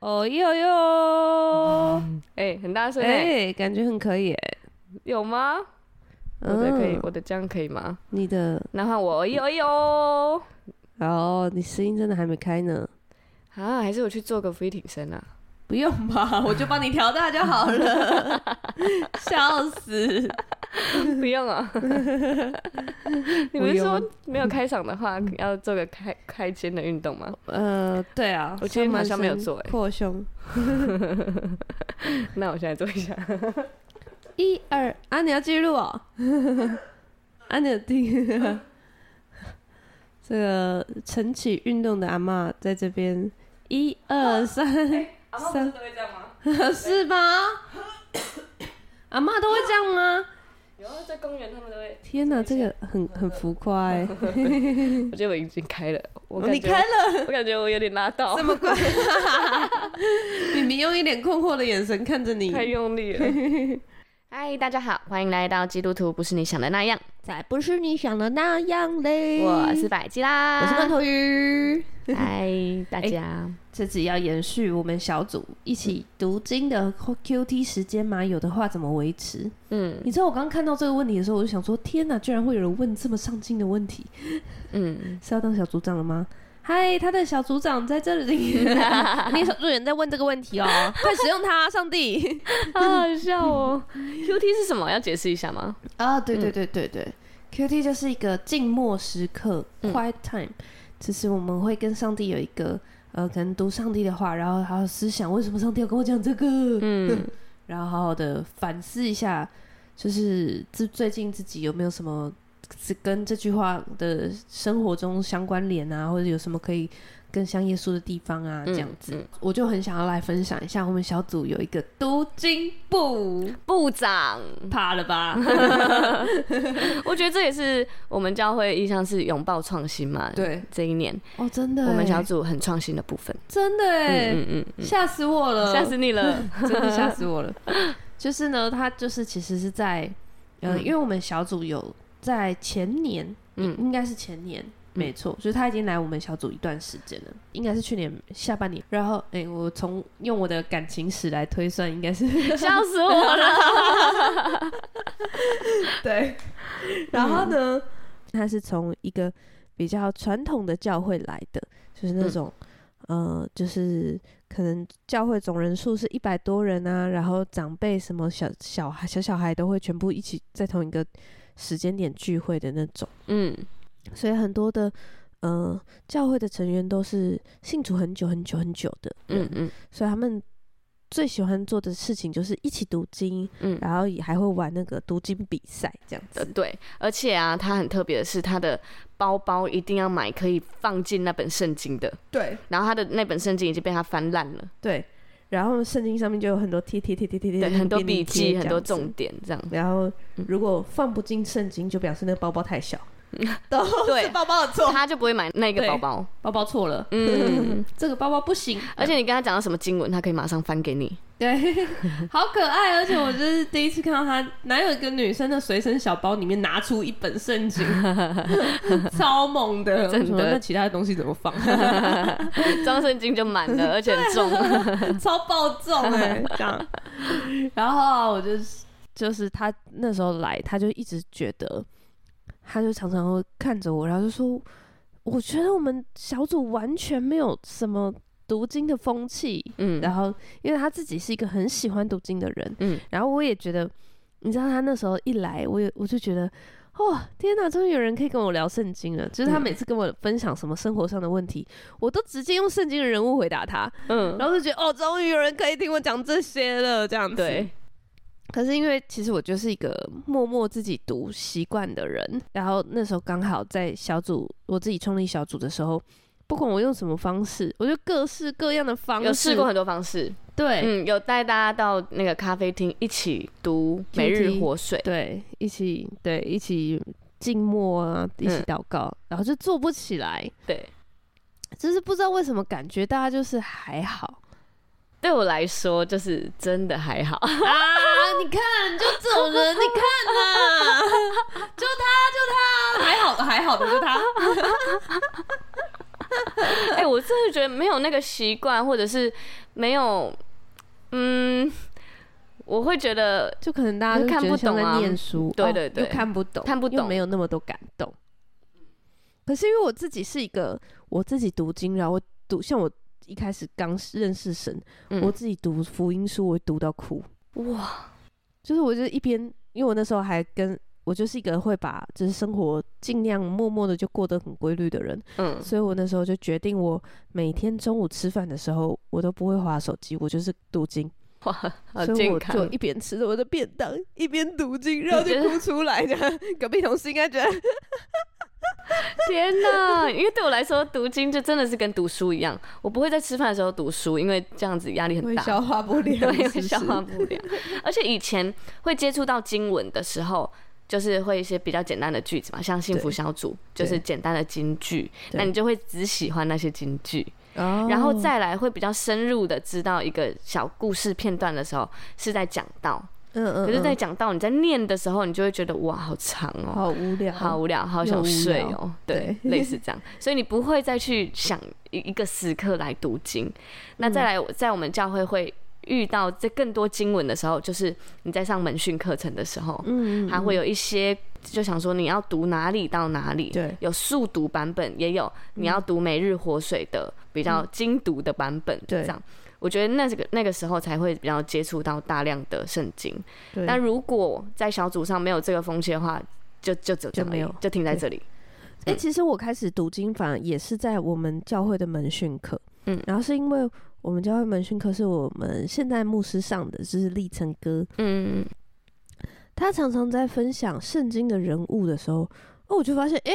哦哟哟，哎、很大声哎、嗯哎，感觉很可以哎。有吗？我的可以，嗯我的这样可以吗？你的然后我哎呦哎啊呦哦，你声音真的还没开呢。啊，还是我去做个俯卧撑啊？ 不用吧， 我就帮你调大就好 了。笑死！不 用啊！你不不是用说没有开嗓的话，要做个开开肩的运动吗？ 呃，对啊，我今天上半好像没有身做哎扩胸。那我现在做一下。一二啊，你要记录哦。 啊，你有听？ 这个晨起运动的阿嬷在这边，一二三，阿嬷不是都会这样吗？ 是吗？阿嬷都会这样吗？有啊，在公园他们都会。天哪，这个很很浮夸哎！我觉得我已经开了， 我哦感你觉开了，我感觉我有点拉到这，么快？米米用一脸困惑的眼神看着你，太用力了。 嗨，大家好，欢迎来到基督徒不是你想的那样，才不是你想的那样嘞！啊我是百吉啦，哎我是罐头哎鱼。嗨，大家，这只要延续我们小组一起读经的 Q T 时间吗？有的话怎么维持？嗯你知道我刚刚看到这个问题的时候，我就想说：天哪，居然会有人问这么上进的问题，嗯，是要当小组长了吗？嗨，他的小组长在这里。 你小组员在问这个问题哦，快使用它，上帝！啊好好笑哦。Q T 是什么？要解释一下吗？啊，对对对对对、q T 就是一个静默时刻、q u i e t time），就是我们会跟上帝有一个呃，可能读上帝的话，然后还有思想为什么上帝要跟我讲这个，嗯然后好好的反思一下，就是自最近自己有没有什么是跟这句话的生活中相关联啊，或者有什么可以更像耶稣的地方啊， 这样子，嗯嗯我就很想要来分享一下，我们小组有一个读经部，部 长，怕了 吧？我觉得这也是我们教会意向是拥抱创新嘛。，对，这一年哦，真的欸，我们小组很创新的部分。真的哎、嗯嗯嗯吓死我了，嗯，吓死你了。 真的吓死 我了。就是呢，他就是其实是在，呃，嗯因为我们小组有在前年，嗯嗯，应该是前年，没错，就是他已经来我们小组一段时间了，应该是去年下半年。然后，哎、我从用我的感情史来推算，应该是 笑死我了！ 对。然后呢，他是从一个比较传统的教会来的，就是嗯那种。呃，就是可能教会总人数是一百多人啊，然后长辈什么小小孩、小小孩都会全部一起在同一个时间点聚会的那种，嗯，所以很多的呃教会的成员都是信主很久很久很久的，嗯，嗯所以他们最喜欢做的事情就是一起读经，嗯然后也还会玩那个读经比赛这样呃子，对，而且啊，它很特别的是，它的包包一定要买可以放进那本圣经的，对然后它的那本圣经已经被它翻烂了，对，然后圣经上面就有很多贴贴贴贴贴贴，对，很多嗯给你笔贴记，这很多样子重点，这 样。然后如果放不进圣经，就表示那个包包太小，都对是 包包的错，他就不会买那个对包包，包包错了， 嗯，这个包包不行。而且你跟他讲到什么经文，他可以马上翻给 你。对，好可爱，哦而且我就是第一次看到他，哪有一个女生的随身小包里面拿出一本圣经， 超猛的，真的我想说那其他的东西怎么放？张圣经就满了，而且很重。 超暴重哎、欸，这样。 然后啊我就是就是他那时候来，他就一直觉得，他就常常会看着我，然后就说，我觉得我们小组完全没有什么读经的风气。嗯，然后，因为他自己是一个很喜欢读经的人，嗯嗯，然后我也觉得，你知道他那时候一来，我也我就觉得，哦，天哪，终于有人可以跟我聊圣经了。就是他嗯每次跟我分享什么生活上的问题，我都直接用圣经的人物回答他，嗯，然后就觉得哦，终于有人可以听我讲这些了，这样子。对，，可是因为其实我就是一个默默自己读习惯的人，然后那时候刚好在小组我自己创立小组的时候，不管我用什么方式，我就各式各样的方式有试过很多方式。对、嗯，有带大家到那个咖啡厅一起读每日 QT 活水。对一起对一起静默啊，一起嗯祷告，然后就做不起来，对，就是不知道为什么感觉大家就是还好。对我来说就是真的还 好。啊！你看，就这种人，你看啊呐、就他，就他，还好，还好的，就他。哎、我真的觉得没有那个习惯，或者是没有，嗯，我会觉得就可能大家都看觉得不像懂啊在念书，对哦对对又看不懂，看不又懂没有那么多感动。可是因为我自己是一个，我自己读经，然后我读像我一开始刚认识神，嗯我自己读福音书，我会读到哭，哇，就是我就是一边，因为我那时候还跟我就是一个会把就是生活尽量默默的就过得很规律的人，嗯，所以我那时候就决定，我每天中午吃饭的时候，我都不会划手机，我就是读经。 哇，好所以健我康就，一边吃着我的便当，一边读经，然后就哭出来的。 隔壁同事应该觉得，天哪！因为对我来说，读经就真的是跟读书一样，我不会在吃饭的时候读书，因为这样子压力很大。化不良对，会消化不良。而且以前会接触到经文的时候，就是会一些比较简单的句子嘛，像幸福小组就对是简单的金句，对那你就会只喜欢那些金句，哦然后再来会比较深入的知道一个小故事片段的时候是在讲道，嗯嗯，可是，在嗯讲道你在念的时候，你就会觉得哇，好长哦、好无聊，好无聊，好又想无睡聊哦、对，类似这样， 所以你不会再去想一一个时刻来读经。那嗯再来，在我们教会会遇到这更多经文的时候，就是你在上门训课程的时候，嗯，嗯，还会有一些就想说你要读哪里到哪里，对有速读版本，也有你要读每日活水的比较精读的版本，嗯对这样。我觉得那这个那个时候才会比较接触到大量的圣经，对但如果在小组上没有这个风气的话，就就只有这样就而没已有就停在这里。哎、其实我开始读经反而也是在我们教会的门训课，嗯然后是因为我们教会门训课是我们现在牧师上的，就是立成哥，嗯，他常常在分享圣经的人物的时候，哦，我就发现，哎、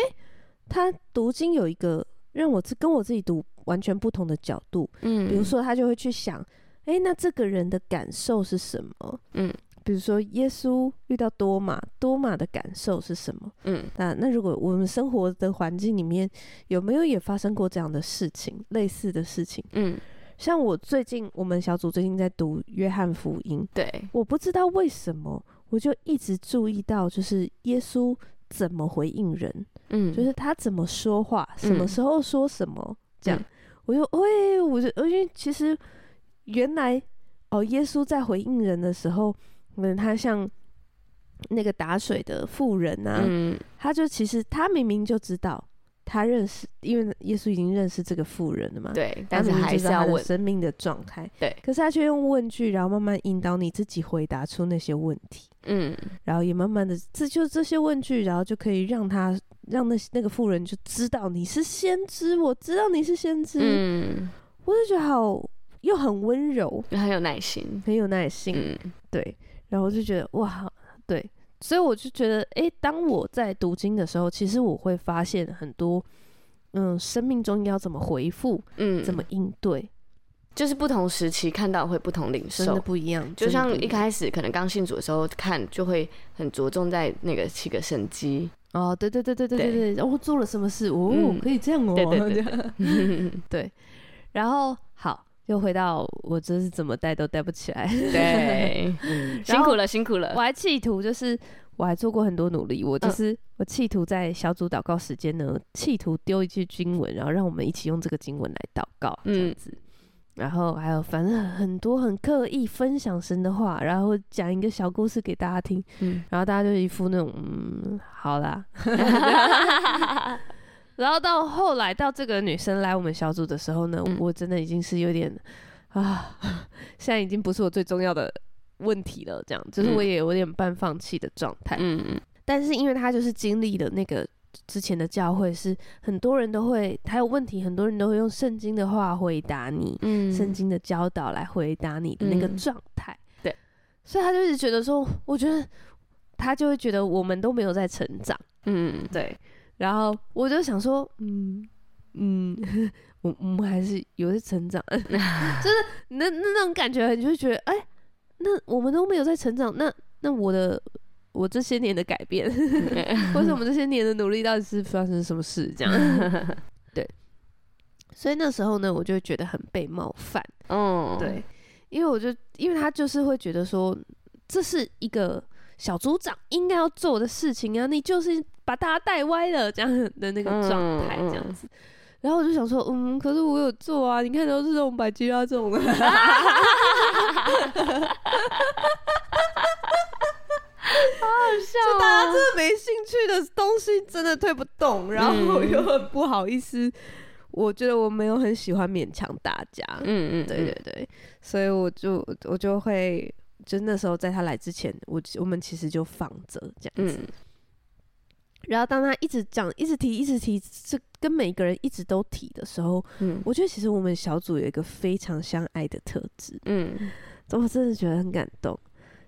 他读经有一个让我自跟我自己读完全不同的角度，嗯比如，说他就会去想，哎、那这个人的感受是什么？嗯，比如说耶稣遇到多马，多马的感受是什么？嗯，那那如果我们生活的环境里面有没有也发生过这样的事情，类似的事情？嗯，像我最近，我们小组最近在读约翰福音，对，我不知道为什么，我就一直注意到，就是耶稣怎么回应人，嗯，就是他怎么说话，什么嗯时候说什么，这样嗯，我就喂，我就因为其实原来哦，耶稣在回应人的时候，嗯，他像那个打水的妇人啊，嗯，他就其实他明明就知道，他认识，因为耶稣已经认识这个妇人了嘛，对，他但是啊明明还就是知道要他的问，生命的状态，对可是他却用问句，然后慢慢引导你自己回答出那些问题。嗯，然后也慢慢的，这就这些问句，然后就可以让他让那那个妇人就知道你是先知，我知道你是先知，嗯，我就觉得好又很温柔，很有耐心，很有耐心，嗯，对，然后我就觉得哇，对，所以我就觉得，诶，当我在读经的时候，其实我会发现很多，嗯，生命中要怎么回复，嗯，怎么应对，就是不同时期看到会不同领真的受。不一样，真就的像不一样开始可能刚信主的时候看，就会很着重在那个七个 神机，哦，对对对对对对对，然后、做了什么事，哦，嗯可以这样哦，对对对对， 然后好，又回到我这是怎么带都带不起来， 对，辛然后苦了，辛苦了我，还企图就是我还做过很多努力，我嗯就是、我企图在小组祷告时间呢，企图丢一句经文，然后让我们一起用这个经文来祷告，这样嗯子。然后还有，反正很很多很刻意分享神的话，然后讲一个小故事给大家听，嗯，然后大家就一副那种嗯，好 啦，然后到后来到这个女生来我们小组的时候呢，嗯我真的已经是有点啊， 现在已经不是我最重要的问题了，这样就是嗯我也有点半放弃的状态。嗯嗯但是因为她就是经历了那个之前的教会，是很多人都会，还有问题，很多人都会用圣经的话回答你，嗯，圣经的教导来回答你的那个状态。对，所以她就一直觉得说，我觉得她就会觉得我们都没有在成长。嗯， 对，然后我就想说，嗯嗯， 我我们还是有在成长， 就是那那那种感觉，你就会觉得，哎、那我们都没有在成长，那那我的我这些年的改 变，或者我们这些年的努力，到底是发生什么事？这样， 对。所以那时候呢，我就觉得很被冒犯，哦，对，因为我就因为他就是会觉得说，这是一个小组长应该要做的事情啊，你就是把大家带歪了这样的那个状态，嗯嗯这样子。然后我就想说，嗯，可是我有做啊，你看都是这种百吉拉这种的，啊就大家真的没兴趣的东西真的推不动，然后嗯我又很不好意思，我觉得我没有很喜欢勉强大家，嗯嗯，对对对，所以我就我就会，就那时候在他来之前，我我们其实就放着这样子。嗯然后当他一直讲、一直提、一直提，这跟每个人一直都提的时候，嗯我觉得其实我们小组有一个非常相爱的特质，嗯我真的觉得很感动。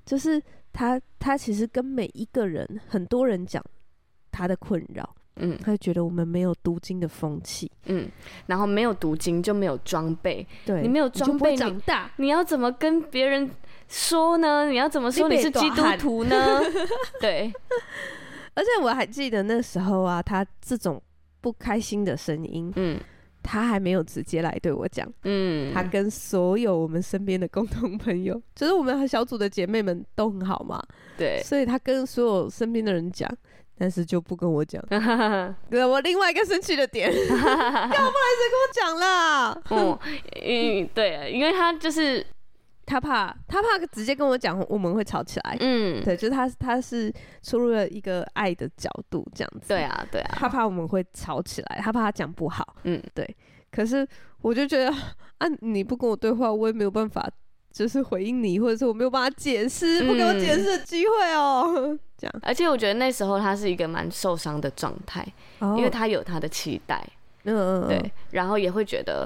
就是他他其实跟每一个人、很多人讲他的困扰，嗯他就觉得我们没有镀金的风气，嗯，然后没有读经就没有装备，对你没有就装不会备你长大，你要怎么跟别人说呢？你要怎么说你被你是基督徒呢？对，而且我还记得那时候啊，他这种不开心的声音，嗯他还没有直接来对我讲，嗯，他跟所有我们身边的共同朋友， 就是我们和小组的姐妹们都很好嘛， 对，所以他跟所有身边的人讲。但是就不跟我讲，对我另外一个生气的点， 要不然谁跟我讲啦？嗯，因对，啊因为他就是他怕他怕直接跟我讲，我们会吵起来。嗯，对，就是他他是出入了一个爱的角度这样子。对啊对啊，他怕我们会吵起来，他怕他讲不好，嗯，对。可是我就觉得啊，你不跟我对话，我也没有办法，就是回应你，或者是我没有办法解释，不给我解释的机会哦， 这样。而且我觉得那时候他是一个蛮受伤的状态，哦因为他有他的期待，嗯嗯对，然后也会觉得，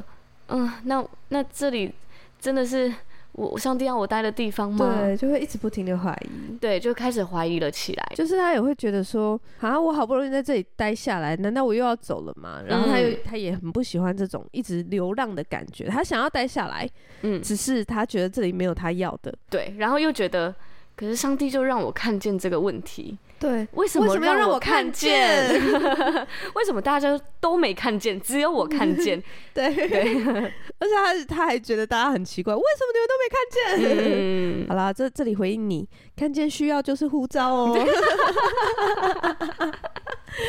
嗯，那那这里真的是我上帝让我待的地方吗？对，就会一直不停的怀疑，对，就开始怀疑了起来。就是他也会觉得说，啊，我好不容易在这里待下来，难道我又要走了吗？然后他又、嗯他也很不喜欢这种一直流浪的感觉，他想要待下来，嗯，只是他觉得这里没有他要的，对，然后又觉得，可是上帝就让我看见这个问题，对，为什为么什么要让我我看看见？ 为什么大家都没看见，只有我 看见？对， 而且他他还觉得大家很奇怪，为什么你们都没看见？ 嗯好，啦，这这里回应你，看见需要就是呼召哦。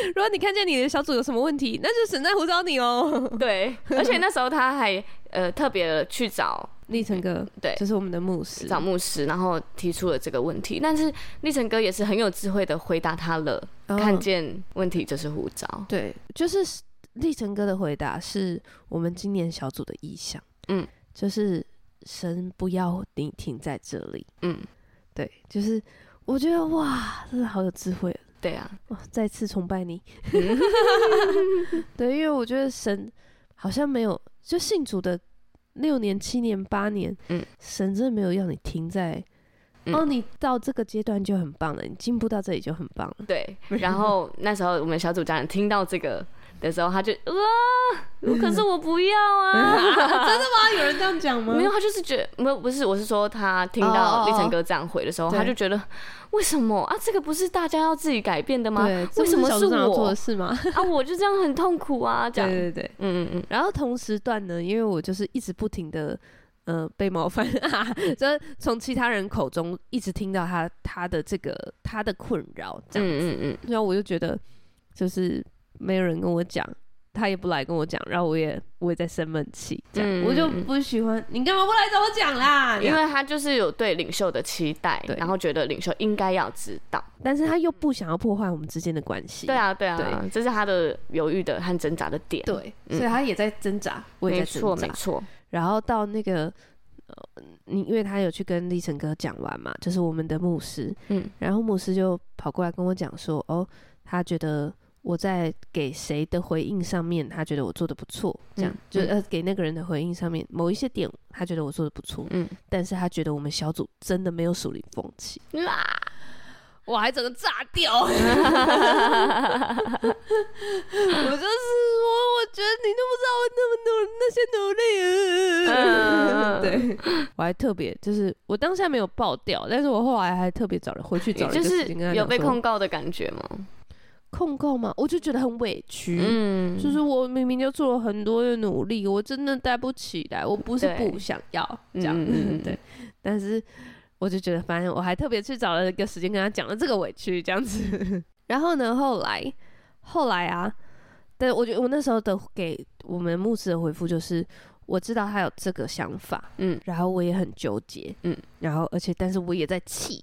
如果你看见你的小组有什么问题，那就神在呼召你 哦。对，而且那时候他还呃特别地去找立成哥，对这是我们的牧师。找牧师，然后提出了这个问题，但是立成哥也是很有智慧的回答他了，哦看见问题就是呼召，对，就是立成哥的回答是我们今年小组的意向。嗯，就是神不要你停在这里。嗯，对，就是我觉得哇，真的好有智慧哦对啊，哇，再次崇拜 你。对，因为我觉得神好像没有，就信主的六年、七年、八年，嗯，神真的没有要你停在。嗯哦，你到这个阶段就很棒了，你进步到这里就很棒了。对。然后那时候我们小组长听到这个的时候，他就哇，可是我不 要啊，真的吗？有人这样讲吗没有，，他就是觉得没有，不是，我是说他听哦哦哦到立成哥这样回的时候，对他就觉得为什么啊？这个不是大家要自己改变的吗？对，为什这不么是小组长要做我的事吗？ 啊？我就这样很痛苦啊，这对样，对 对。嗯嗯嗯，然后同时段呢，因为我就是一直不停的，呃，被冒犯， 就是从其他人口中一直听到他他的这个他的困扰这样子。嗯嗯嗯，然后我就觉得，就是没有人跟我讲，他也不来跟我讲，然后我也我也在生闷气，这样、嗯我就不喜欢你干嘛不来找我讲啦？因为他就是有对领袖的期待哎对，然后觉得领袖应该要知道。但是他又不想要破坏我们之间的关系，对，啊，对啊对，这是他的犹豫的和挣扎的点。，对，嗯所以他也在挣扎，我也没在挣错，扎没，错。然后到那个。呃你因为他有去跟立成哥讲完嘛，就是我们的牧师，嗯然后牧师就跑过来跟我讲说，哦，他觉得我在给谁的回应上面，他觉得我做的不错，这样、嗯就嗯呃给那个人的回应上面某一些点，他觉得我做的不错，嗯，但是他觉得我们小组真的没有属灵风气，啊我还整个炸掉， 我就是说，我觉得你都不知道我嗯那么努那些努力，对我还特别就是我当下没有爆掉，但是我后来还特别找了回去找了一就个时是间跟他有讲被说控告的感觉吗？控告嘛，我就觉得很委屈。嗯，就是我明明就做了很多的努力，我真的带不起来，我不是对不想要这嗯样，嗯嗯嗯对。但是我就觉得，反正我还特别去找了一个 时间跟他讲了这个委屈这样子。然后呢，后来后来啊，但我觉得我那时候的给我们牧师的回复就是，我知道他有这个想法，嗯，然后我也很纠结，嗯，然后而且但是我也在气，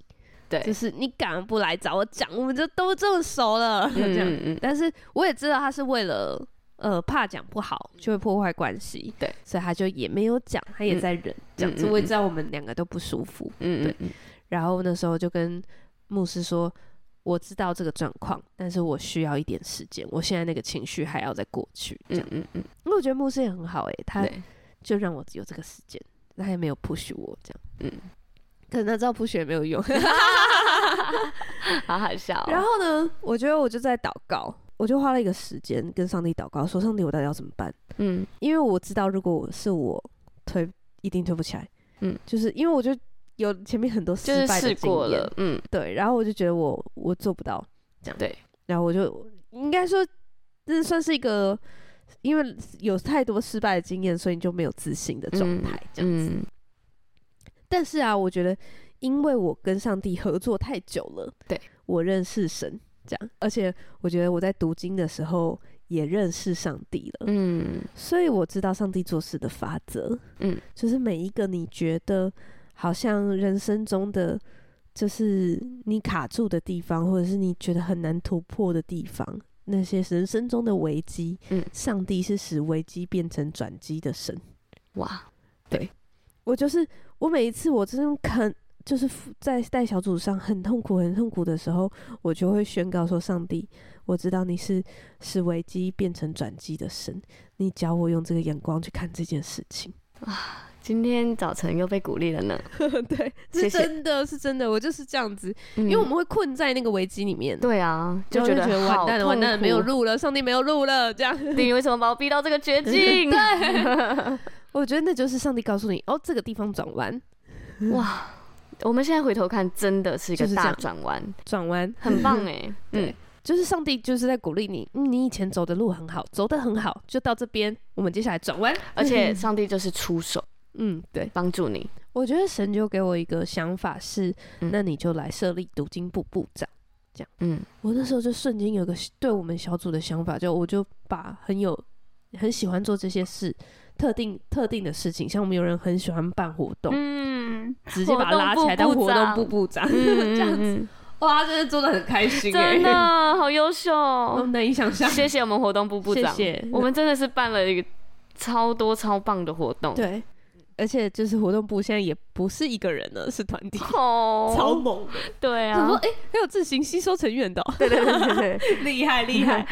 对，就是你敢不来找我讲，我们就都这么熟了，这样。嗯嗯但是我也知道他是为了呃怕讲不好就会破坏关系，嗯对，所以他就也没有讲，他也嗯在忍，这样子。嗯嗯我也嗯知道我们两个都不舒服，嗯对嗯嗯，然后那时候就跟牧师说，我知道这个状况，但是我需要一点时间，我现在那个情绪还要再过去。这样，嗯嗯嗯，因为我觉得牧师也很好诶、欸他对，就让我有这个时间，他也没有 push 我这样。嗯，可能他知道 push 也没有用。好好笑哦。 然后呢，我觉得我就在祷告，我就花了一个时间跟上帝祷告，说上帝，我到底要怎么办？嗯因为我知道，如果我是我推，一定推不起来。嗯，就是因为我就有前面很多失就是败的试经过验了，嗯，对，然后我就觉得我我做不到这样，对，然后我就应该说，这算是一个，因为有太多失败的经验，所以你就没有自信的状态这样子。嗯但是啊，我觉得，因为我跟上帝合作太久了，对我认识神这样，而且我觉得我在读经的时候也认识上帝了，嗯所以我知道上帝做事的法则，嗯，就是每一个你觉得好像人生中的，就是你卡住的地方，或者是你觉得很难突破的地方，那些人生中的危机，嗯上帝是使危机变成转机的神。哇，我就是我每一次我真的肯，就是在带小组上很痛苦、很痛苦的时候，我就会宣告说：“上帝，我知道你是使危机变成转机的神，你教我用这个眼光去看这件事情。今天早晨又被鼓励了呢。” 对，谢是谢真的是真的，我就是这样子，因因为我们会困在那个危机里面。对啊，然后觉嗯就得觉得完好蛋了，痛完蛋了，苦没有。路了，上帝没有路了，这样。你为什么把我逼到这个绝境？ 我觉得那就是上帝告诉你，哦，这个地方转弯，哇，我们现在回头看，真的是一就个是这大样转弯，转弯，很 棒哎。嗯对，就是上帝就是在鼓励你，嗯，你以前走的路很好，走得很好，就到这边，我们接下来转弯。而且上帝就是出手嗯，对，帮助你。我觉得神就给我一个想法是，嗯那你就来设立读经部部长。嗯我那时候就瞬间有个对我们小组的想法，就我就把很有很喜欢做这些事。特定特定的事情，像我们有人很喜欢办活动，嗯直接把他拉起来当活动部部 长，这样子，嗯，哇，他真的做的很开心、欸，真的，好优秀我，难以想象。谢谢我们活动部部长，谢谢我们真的是办了一个超多超棒的活动，，对，而且就是活动部现在也不是一个人了，是团体，超哦，猛的。对想啊说，，哎、很有自行吸收成员的哦、 对对对对对。厉害 厉哎、。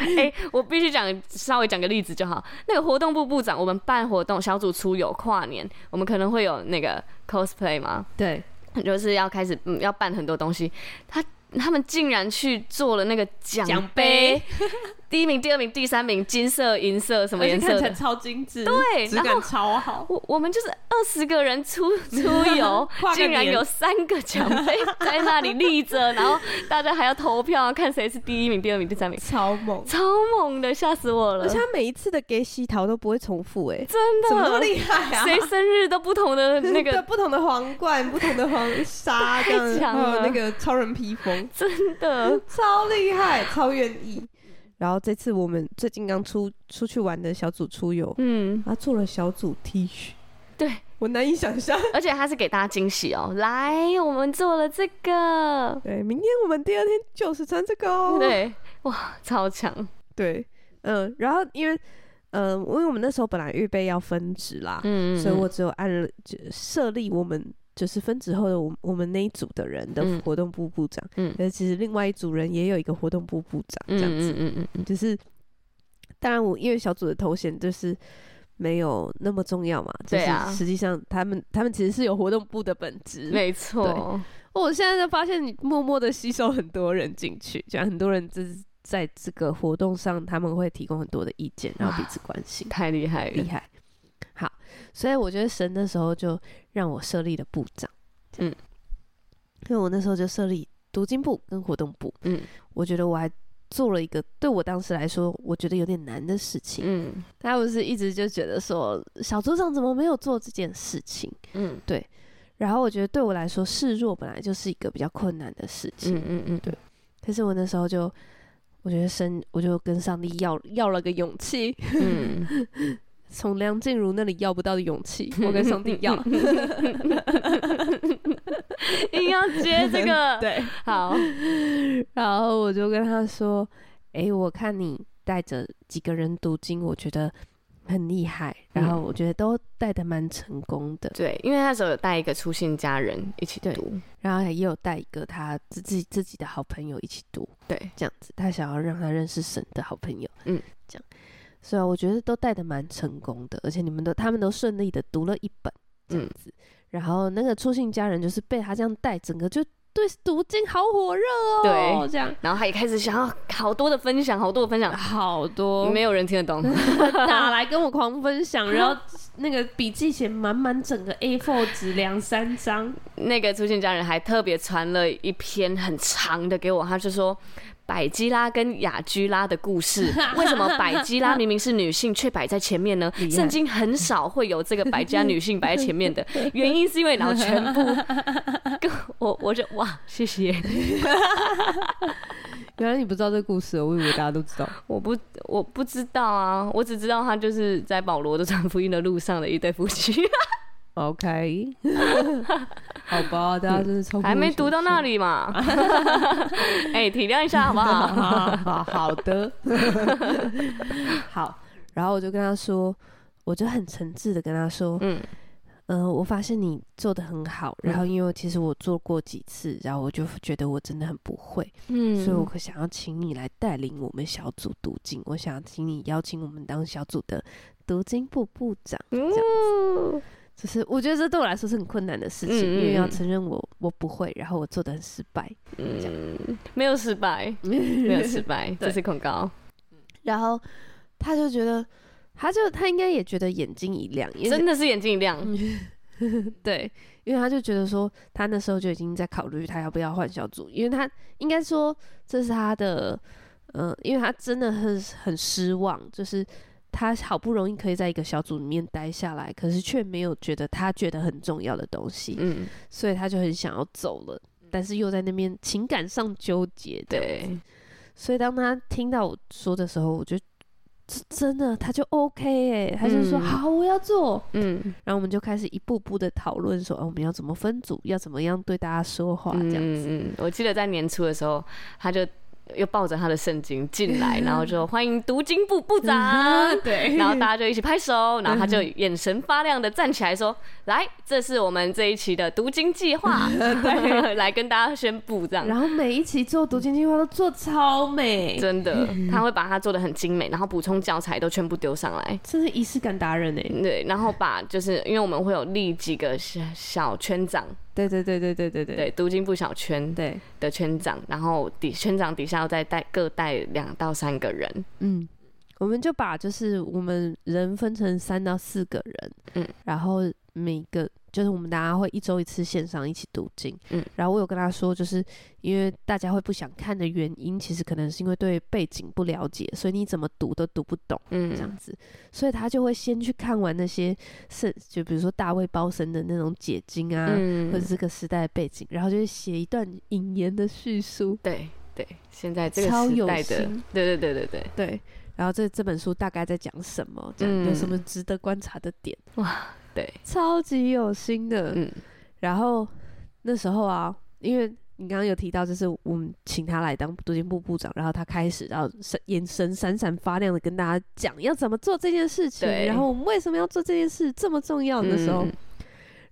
我必须讲，稍微讲个例子就好。那个活动部部长，我们办活动小组出游跨年，我们可能会有那个 cosplay 嘛，对， 就是要开始嗯要办很多东西。他他们竟然去做了那个奖奖杯杯，第一名、第二名、第三名，金色、银色什么而且颜看色起来的。超精致，对质然后感超好。我我们就是二十个人出出游 跨，个竟然年有三个奖 杯在那里立着，然后大家还要投票啊看谁是第一名、第二名、第三名，超猛，超猛的，吓死我了！而且他每一次的给洗桃都不会重复、哎，真的哦怎么那么厉害啊？谁生日都不同的 那对个，不同的皇 冠、不同的黄纱，这样强还有了那个超人披 风，真 的，超厉害，超愿意。然后这次我们最近刚出出去玩的小组出游，嗯，他做了小组 T 恤，对，我难以想 象。而且他是给大家惊喜哦，来，我们做了这个，对，明天我们第二天就是穿这个哦。对，哇，超强，对，嗯、然后因为，嗯、因为我们那时候本来预备要分职啦，嗯所以我只有按了就设立我们就是分职后的我我们那一组的人的嗯活动部部长，嗯但其实另外一组人也有一个活动部部长这嗯样子，嗯嗯嗯嗯，就是当然我因为小组的头衔就是。没有那么重要嘛？就对是啊实际上他们他们其实是有活动部的本质。没错，哦我现在就发现，你默默的吸收很多人进去，这样很多人就是在这个活动上，他们会提供很多的意见，然后彼此关心，太厉害了厉，害。好，所以我觉得神那时候就让我设立了部长，嗯嗯，因为我那时候就设立读经部跟活动部，嗯我觉得我还做了一个对我当时来说，我觉得有点难的事情。嗯他不是一直就觉得说，小组长怎么没有做这件事情？嗯然后我觉得对我来说，示弱本来就是一个比较困难的事情。嗯嗯嗯，可是我那时候就，我觉得神，我就跟上帝要要了个勇气， 嗯，从梁静茹那里要不到的勇气，我跟上帝 要。硬要接 这 个，，对，好，然后我就跟他说：“诶，我看你带着几个人读经，我觉得很厉害，嗯然后我觉得都带的蛮成功的。对，因为那时候有带一个出信家人一起对读，然后也有带一个他自自己自己的好朋友一起读，对，这样子，他想要让他认识神的好朋友，嗯，这样，所以我觉得都带的蛮成功的，而且你们都他们都顺利的读了一本这样嗯子，然后那个初信家人就是被他这样带，整个就对读经好火热哦，对这样然后他也开始想要好多的分享，好多的分享，好多没有人听得懂， 打来跟我狂分 享，然后那个笔记写满满整个 A4 纸两三张，那个出信家人还特别传了一篇很长的给我，他就说百基拉跟雅居拉的故事，为什么百基拉明明是女性却摆在前面呢厉？害圣经很少会有这个百家女性摆在前面的，原因是因为然后全部跟我我就哇谢谢，原来你不知道这故事哦，我以为大家都 知道。我不我不知道啊，我只知道他就是在保罗的传福音的路上的一对夫妻， OK，好吧，大家真是超还没读到那里嘛，哎、体谅一下好 不好？好好的， 好。然后我就跟他说，我就很诚挚的跟他说，嗯嗯、我发现你做的很好。然后因为其实我做过几次，然后我就觉得我真的很不会，嗯，所以我可想要请你来带领我们小组读经。我想请你邀请我们当小组的读经部部长。嗯。就是我觉得这对我来说是很困难的事情，嗯嗯因为要嗯承认我我不会，然后我做的很失败。 嗯，没有失败，没有失败，这是恐高。然后他就觉得，他就他应该也觉得眼睛一亮，因为真的是眼睛一亮，嗯对，因为他就觉得说，他那时候就已经在考虑他要不要换小组，因为他应该说这是他的，嗯、因为他真的很很失望，就是他好不容易可以在一个小组里面待下来，可是却没有觉得他觉得很重要的东西，嗯，所以他就很想要走了，但是又在那边情感上纠结，这样子对，所以当他听到我说的时候，我就这真的他就 OK 哎、他就说、嗯好，我要做。嗯，然后我们就开始一步步的讨论说，哦，我们要怎么分组，要怎么样对大家说话这样子。嗯嗯，我记得在年初的时候，他就又抱着他的圣经 进来，然后就欢迎读经部部长。对 然后大家就一起拍手，然后他就眼神发亮的站起来说：“来，这是我们这一期的读经计 划， 来跟大家宣布这样。”然后每一期做读经计划都做超美，真的，他会把它做的很精美，然后补充教材都全部丢上来。真是仪式感达人哎、对，然后把就是因为我们会有立几个小小圈长，对对对对对对对对，读经部小圈对，的圈长，然后底圈长底下要再带各带两到三个人，嗯。我们就把就是我们人分成三到四个人，嗯，然后每个就是我们大家会一周一次线上一起读经，嗯，然后我有跟他说，就是因为大家会不想看的原因，其实可能是因为对背景不了解，所以你怎么读都读不懂。嗯这样子，所以他就会先去看完那些圣，就比如说大卫包森的那种解经啊，或者嗯，这个时代的背景，然后就会写一段引言的叙述，对对，现在这个超时有代的心，对对对对对，对，然后这这本书大概在讲什么，这样、嗯有什么值得观察的点，哇，对，超级有心的。嗯然后那时候啊，因为你刚刚有提到，就是我们请他来当读经部部长，然后他开始，然后闪眼神闪闪发亮的跟大家讲要怎么做这件事情，对然后我们为什么要做这件事这么重要哦的时候。嗯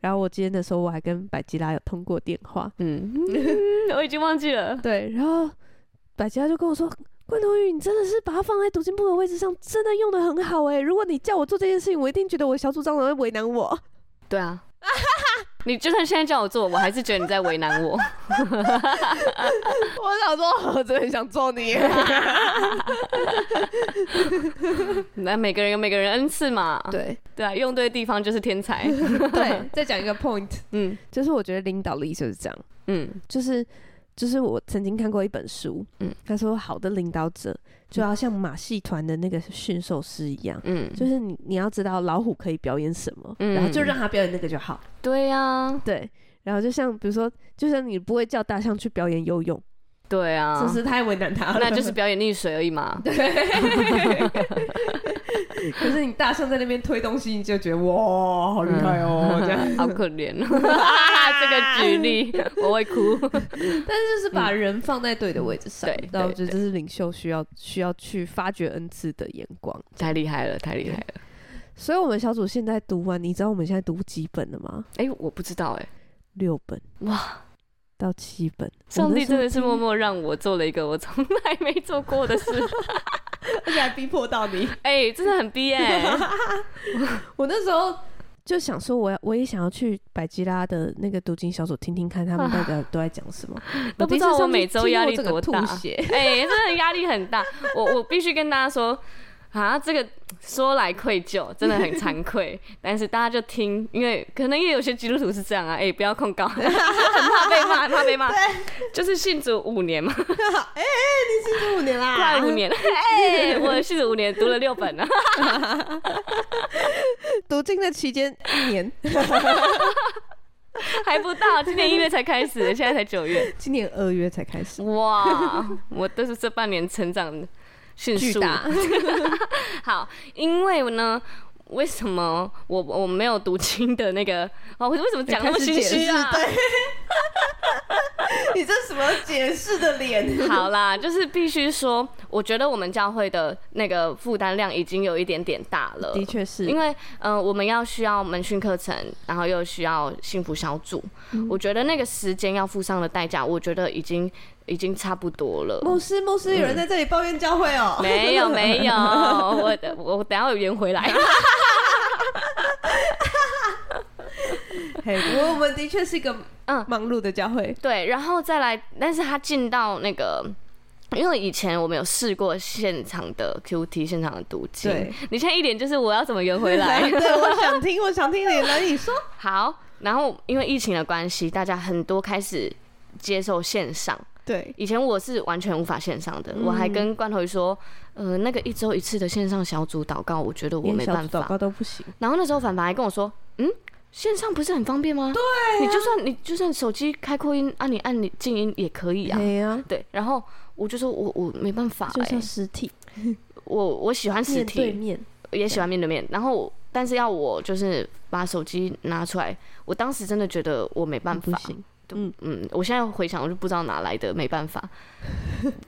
然后我今天的时候，我还跟百吉拉有通过电话，嗯， 我已经忘记了，对，然后百吉拉就跟我说：“罐头鱼，你真的是把它放在读经部的位置上，真的用的很好哎、如果你叫我做这件事情，我一定觉得我的小组长会为难我。对啊。 你就算现在叫我做，我还是觉得你在为难我。 我想说，我真的很想揍你。啊那每个人有每个人恩赐嘛， 对对啊，用对地方就是天才。 对，再讲一个 point，嗯就是我觉得领导力就是这样，嗯，就是就是我曾经看过一本书，嗯嗯，他说好的领导者就要像马戏团的那个驯兽师一样。嗯，就是你，你要知道老虎可以表演什么，嗯然后就让他表演那个就好。对呀、啊对，然后就像比如说，就像你不会叫大象去表演游泳，对啊真，是太为难 他了。那就是表演溺水而已嘛。可是你大象在那边推东西，你就觉得哇，好厉害哦，嗯这样。好可怜哦，这个举例我会哭。但是就是把人放在对的位置上，嗯对那我对觉得这是领袖需要需要去发掘恩赐的眼光。太厉害了，太厉害了！所以我们小组现在读完，你知道我们现在读几本了吗？哎、我不知道哎、六本哇，到七本。上帝真的是默我默让我做了一个我从来没做过的事，那时候听，而且还逼迫到你。哎、真的很逼哎、 我那时候就想说，我要我也想要去百吉拉的那个读经小组听听看，他们到底都在讲什么。啊都不知道我每周压力多我第一次上去听过大这个吐血， 哎、真的压力很大。我我必须跟大家说，啊，这个说来愧疚，真的很惭愧。但是大家就听，因为可能也有些基督徒是这样啊，哎、不要控告，很怕被骂，很怕被骂。就是信主五年嘛，哎、你信主五年啦，快五。年了， 哎、我信主五年，读了六本了， 读经的期间一年，还不到，今年一月才开始， 现在才九月。今年二月才开始，哇，我都是这半年成长迅巨速。大。好，因为呢，为什么我我没有读经的那个哦？我为什么讲那么心虚啊？开始解释对 你这什么解释的脸？好啦，就是必须说，我觉得我们教会的那个负担量已经有一点点大了。的确是，因为呃，我们要需要门训课程，然后又需要幸福小组，我觉得那个时间要付上的代价，我觉得已经已经差不多了。牧师，牧师，有嗯人在这里抱怨教会哦。没有没有，我我我等一下有圆回来。 嘿，我我们的确是一个嗯忙碌的教会，对，然后再来，但是他进到那个，因为以前我们有试过现场的 QT，现场的读经对。你现在一脸就是我要怎么圆回 来？对，我想听，我想听你来，你说。好，然后因为疫情的关系，大家很多开始接受线上。对，以前我是完全无法线上的，我还嗯跟罐头鱼说，呃，那个一周一次的线上小组祷告，我觉得我连没小办组祷法。告都不行。然后那时候凡凡还跟我说，嗯。线上不是很方便吗？对、啊你就算你就算手机开扩音，啊，你按你静音也可以啊。对呀，对，然后我就说我我没办法、就欸像，实体，我我喜欢实面对体，面。也喜欢面对面，然后我但是要我就是把手机拿出来，我当时真的觉得我没办不法，行对嗯嗯，我现在回想我就不知道哪来的没 办法，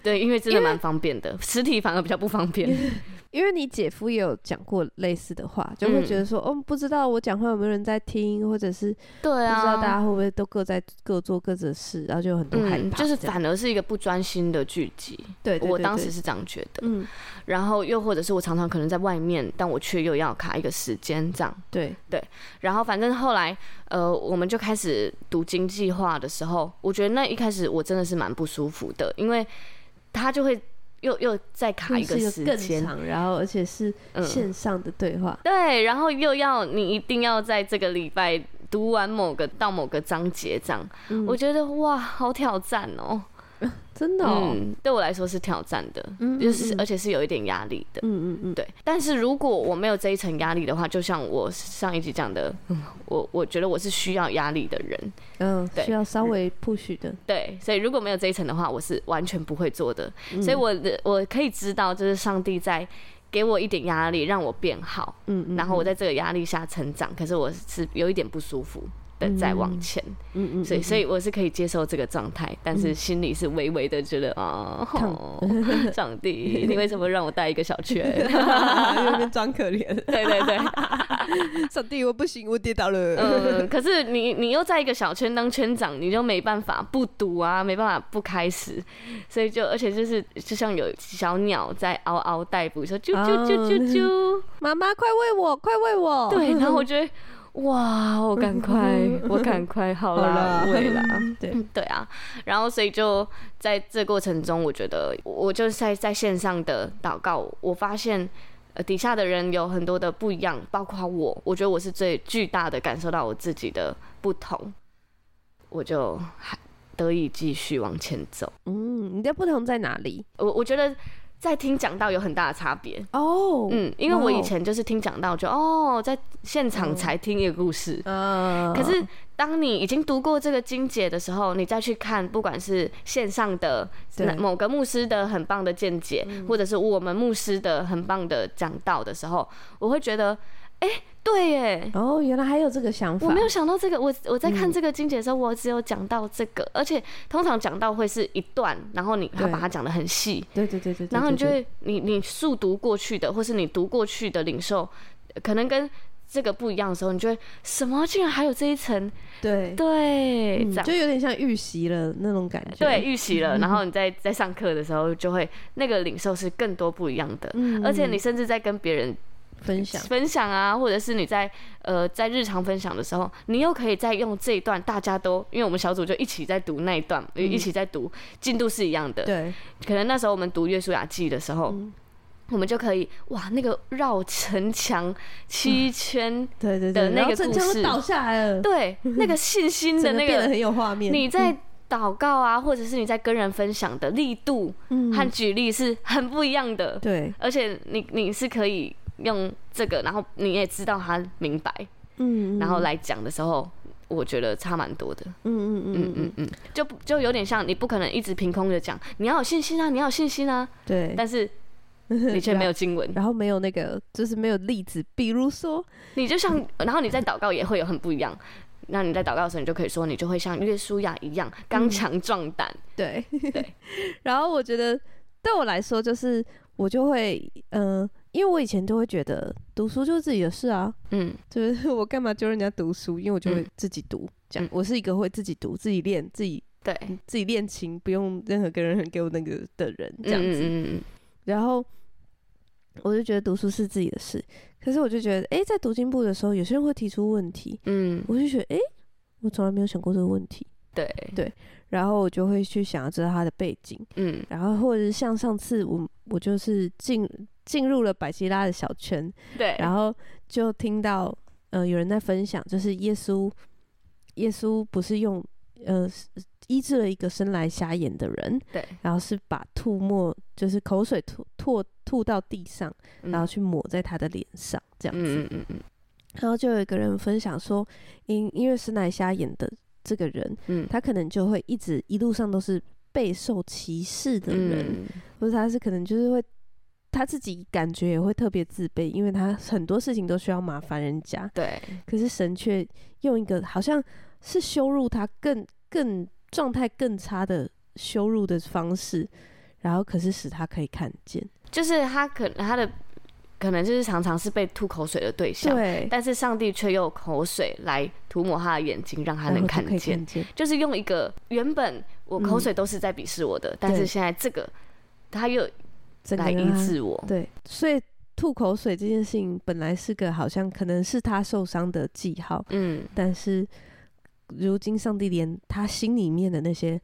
对，因为真的蛮方便的，实体反而比较不方便， 因为你姐夫也有讲过类似的话，就会嗯觉得说，哦，不知道我讲话有没有人在听，或者是对不知道大啊。家会不会都各在各做各自的事，然后就有很多害嗯，怕，就是这样反而是一个不专心的聚集，对，对我对当对时是这样觉得。嗯，然后又或者是我常常可能在外面，但我却又要卡一个时间这样。对，然后反正后来，呃，我们就开始读经计划的时候，我觉得那一开始我真的是蛮不舒服的，因为他就会又又再卡一就是个时更间，长，然后而且是嗯，线上的对话，对，然后又要你一定要在这个礼拜读完某个到某个章节这样，嗯我觉得哇，好挑战哦，真的哦，嗯，对我来说是挑战的，嗯就是嗯而且是有一点压力的。嗯嗯嗯，对，但是如果我没有这一层压力的话，就像我上一集讲的，嗯我我觉得我是需要压力的人，嗯，对需要稍微 push 的，对，所以如果没有这一层的话，我是完全不会做的。嗯所以我的我可以知道，就是上帝在给我一点压力，让我变好，嗯嗯，然后我在这个压力下成长。可是我是有一点不舒服的，在往前。嗯嗯，所以，嗯所以我是可以接受这个状态，但是心里是微微的觉得啊、痛 哦，上帝，你为什么让我带一个小圈？ 又在那边装可怜，对对 对，上帝，我不行，我跌倒了，嗯，可是你你又在一个小圈当圈长，你就没办法不读啊，没办法不开始，所以就而且就是就像有小鸟在嗷嗷待哺，说啾啾哦啾啾啾， 妈妈，快喂我，快喂我，对，然 后我就会哇，我赶快，我赶快，好啦，喂啦。 对，嗯对啊，然后所以就在这过程中，我觉得我我就在在线上的祷告，我发现呃底下的人有很多的不一样，包括我，我觉得我是最巨大的感受到我自己的不同，我就还得以继续往前走。嗯，你的不同在哪里？我我觉得在听讲道有很大的差别，哦，嗯，因为哇我哦以前就是听讲道就哦在现场才听一个故事，啊，可是当你已经读过这个经解的时候，你再去看，不管是线上的对嗯那某个牧师的很棒的见解，或者是我们牧师的很棒的讲道的时候，我会觉得，哎、对耶，哦，原来还有这个想法，嗯我没有想到这个，我我在看这个经解的时候，我只有讲到这个，而且通常讲到会是一段，然后你他对把它讲的很细，对对对对，对然后你对就对会你你速读过去的，或是你读过去的领受，可能跟这个不一样的时候，你就会什么竟然还有这一层，对对，嗯这样就有嗯点像预习了那种感觉，对，预习了，然后你在在上课的时候就会那个领受是更多不一样的，嗯而且你甚至在跟别人分享，分享啊，或者是你在呃在日常分享的时候，你又可以再用这一段，大家都因为我们小组就一起在读那一段，呃一起在读，进度是一样的。嗯对，嗯可能那时候我们读《约书亚记》的时候。我们就可以哇，那个绕 城墙七圈，对对对，的那然后个城故墙事都倒下来了， 对，那个信心的整那变得个，很有画面，你在祷告啊，或者是你在跟人分享的力度嗯和举例是很不一样的，对，而且你你是可以用这个，然后你也知道他明白，嗯，然后来讲的时候，我觉得差蛮多的。嗯，嗯嗯嗯嗯嗯，嗯嗯，就不就有点像你不可能一直凭空的讲，你要有信心啊，你要有信心啊，对， 啊但是你却没有经文，然后没有那个，就是没有例子，比如说，你就像，然后你在祷告也会有很不一样。那你在祷告的时候，你就可以说，你就会像约书亚一样嗯刚强壮胆。对对， 然后我觉得对我来说，就是我就会，嗯，因为我以前都会觉得读书就是自己的事啊，嗯就是 我干嘛教人家读书，因为我就会嗯自己读，这样嗯，我是一个会自己读、自己练、自己嗯对，自己练琴，不用任何跟人 给我那个的人这嗯样嗯子，嗯嗯，然后我就觉得读书是自己的事，可是我就觉得，诶，在读经部的时候，有些人会提出问题，嗯，我就觉得，诶，我从来没有想过这个问题，对，然后我就会去想要知道他的背景，嗯然后或者是像上次我我就是进进入了百希拉的小圈，对，然后就听到呃有人在分享，就是耶稣，耶稣不是用呃医治了一个生来瞎眼的人，对，然后是把吐沫就是口水吐吐吐到地上，然后嗯去抹在他的脸上这样子。嗯嗯嗯然后就有一个人分享说，因因为生来瞎眼的这个人，嗯他可能就会一直一路上都是备受歧视的人，嗯，或者他是可能就是会他自己感觉也会特别自卑，因为他很多事情都需要麻烦人家，对，可是神却用一个好像是羞辱他更更状态更差的羞辱的方式，然后可是使他可以看见，就是他可能他的可能就是常常是被吐口水的对象，对，但是上帝却用口水来涂抹他的眼睛，让他然后就能看可以见。看嗯见，就是用一个原本我口水都是在鄙视我的，但是现在这个他又整个来医人啊治我。对，所以吐口水这件事情本来是个好像可能是他受伤的记号，嗯，但是如今上帝连他心里面的那些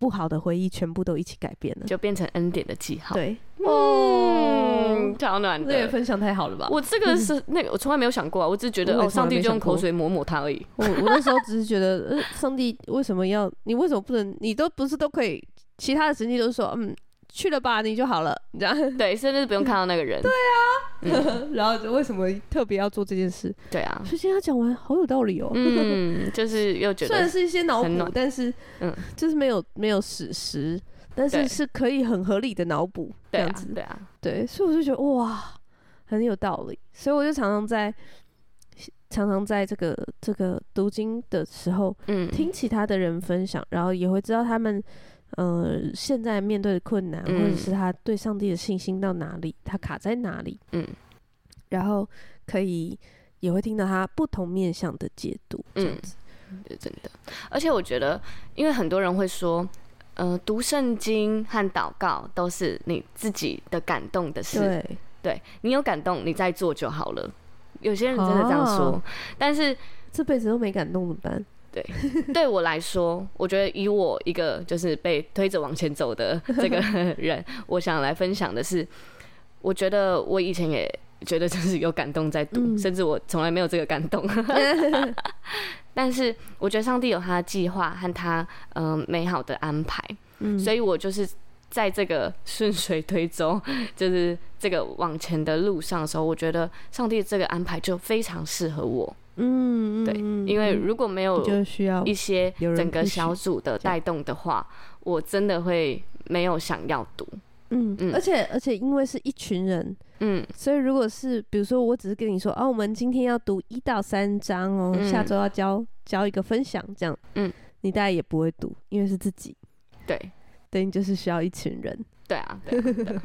不好的回忆全部都一起改变了。就变成恩典的记号。，对，嗯嗯，超暖哦这个的。分享太好了吧？我我这个是那个，我从来没有想过啊，我只是觉得我也哦，从上来没帝就用想过口水抹抹他而已。我我那时候只是觉得，呃，上帝为什么要你？为什么不能？你都不是都可以，其他的神迹都是说，嗯，去了吧，你就好了，你知道？对，甚至不用看到那个人。对 然后就为什么特别要做这件事？对啊，所以今天他讲完，好有道理哦。 嗯，就是又觉虽然得是一些脑很补暖，但是嗯就是没有没有史实，但是对是可以很合理的脑补这对样啊子，。对啊，对，所以我就觉得哇，很有道理，所以我就常常在常常在这个这个读经的时候，嗯，听其他的人分享，然后也会知道他们呃现在面对的困难，嗯或者是他对上帝的信心到哪里，他卡在哪里，嗯，然后可以也会听到他不同面向的解读，这样嗯子，对真的。而且我觉得，因为很多人会说，呃，读圣经和祷告都是你自己的感动的事，对，对你有感动，你再做就好了。有些人真的这样说，哦但是这辈子都没感动怎么办？ 对我来说，我觉得以我一个就是被推着往前走的这个 人，我想来分享的是，我觉得我以前也觉得就是有感动在读，嗯甚至我从来没有这个感 动。但是我觉得上帝有他的计划和他嗯、呃美好的安排，嗯，所以我就是在这个顺水推舟，就是这个往前的路上的时候，我觉得上帝这个安排就非常适合我。嗯，嗯对嗯因为嗯如果没有就需要一些有人整个 push 小组的这样带动的话，我真的会没有想要读。嗯，嗯而且而且因为是一群人，嗯，所以如果是比如说我只是跟你说，哦、我们今天要读一到三章哦，嗯下周要交交一个分享这样，嗯，你大概也不会读，因为是自己，对，等于就是需要一群人，对啊，对啊，对啊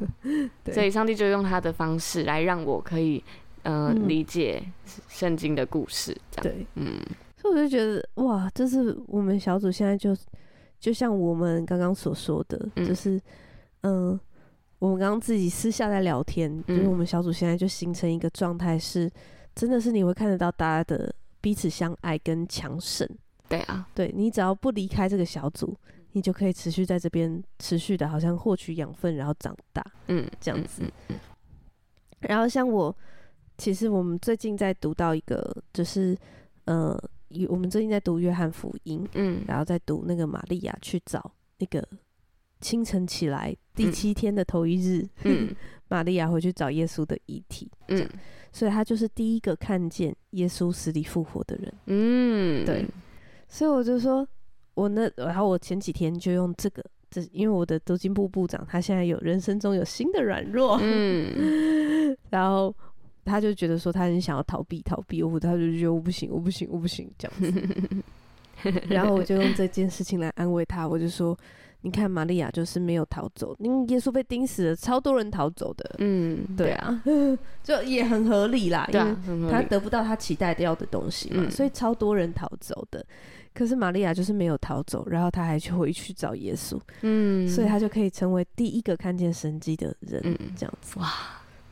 对所以上帝就用他的方式来让我可以，呃，嗯理解圣经的故事，这样，对，嗯，所以我就觉得哇，就是我们小组现在就就像我们刚刚所说的，嗯就是嗯、呃我们刚刚自己私下在聊天，嗯就是我们小组现在就形成一个状态是，真的是你会看得到大家的彼此相爱跟强盛。对啊，对你只要不离开这个小组，你就可以持续在这边持续的，好像获取养分，然后长大嗯，这样子。嗯，嗯然后像我，其实我们最近在读到一个，就是呃，以我们最近在读约翰福音，嗯，嗯然后在读那个玛利亚去找那个清晨起来第嗯七天的头一日，嗯 玛利亚回去找耶稣的遗体，嗯所以他就是第一个看见耶稣死里复活的人。嗯，对，所以我就说，我那然后我前几天就用这个，这因为我的都经部部长他现在有人生中有新的软弱，嗯，然后他就觉得说他很想要逃避逃避，我他就觉得我不行我不行我不行这样子， 然后我就用这件事情来安慰他，我就说。你看，玛利亚就是没有逃走，因为耶稣被钉死了，超多人逃走的，嗯，对，啊， 就也很合理啦，对因为啊，很合他理得不到他期待的要的东西嘛，嗯所以超多人逃走的。可是玛利亚就是没有逃走，然后他还去回去找耶稣，嗯，所以他就可以成为第一个看见神迹的人，嗯这样子。对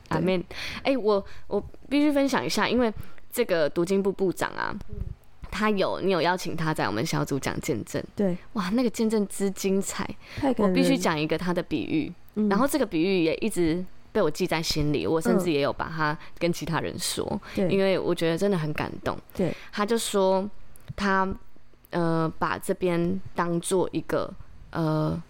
阿妹，哎、我我必须分享一下，因为这个读经部部长啊，嗯他有你有邀请他在我们小组讲见证，对，哇，那个见证之精彩，太感我人必须，讲一个他的比喻，嗯然后这个比喻也一直被我记在心里，我甚嗯至也有把它跟其他人说，因对为我觉得真的很感动。对，他就说他呃把这边当做一个呃，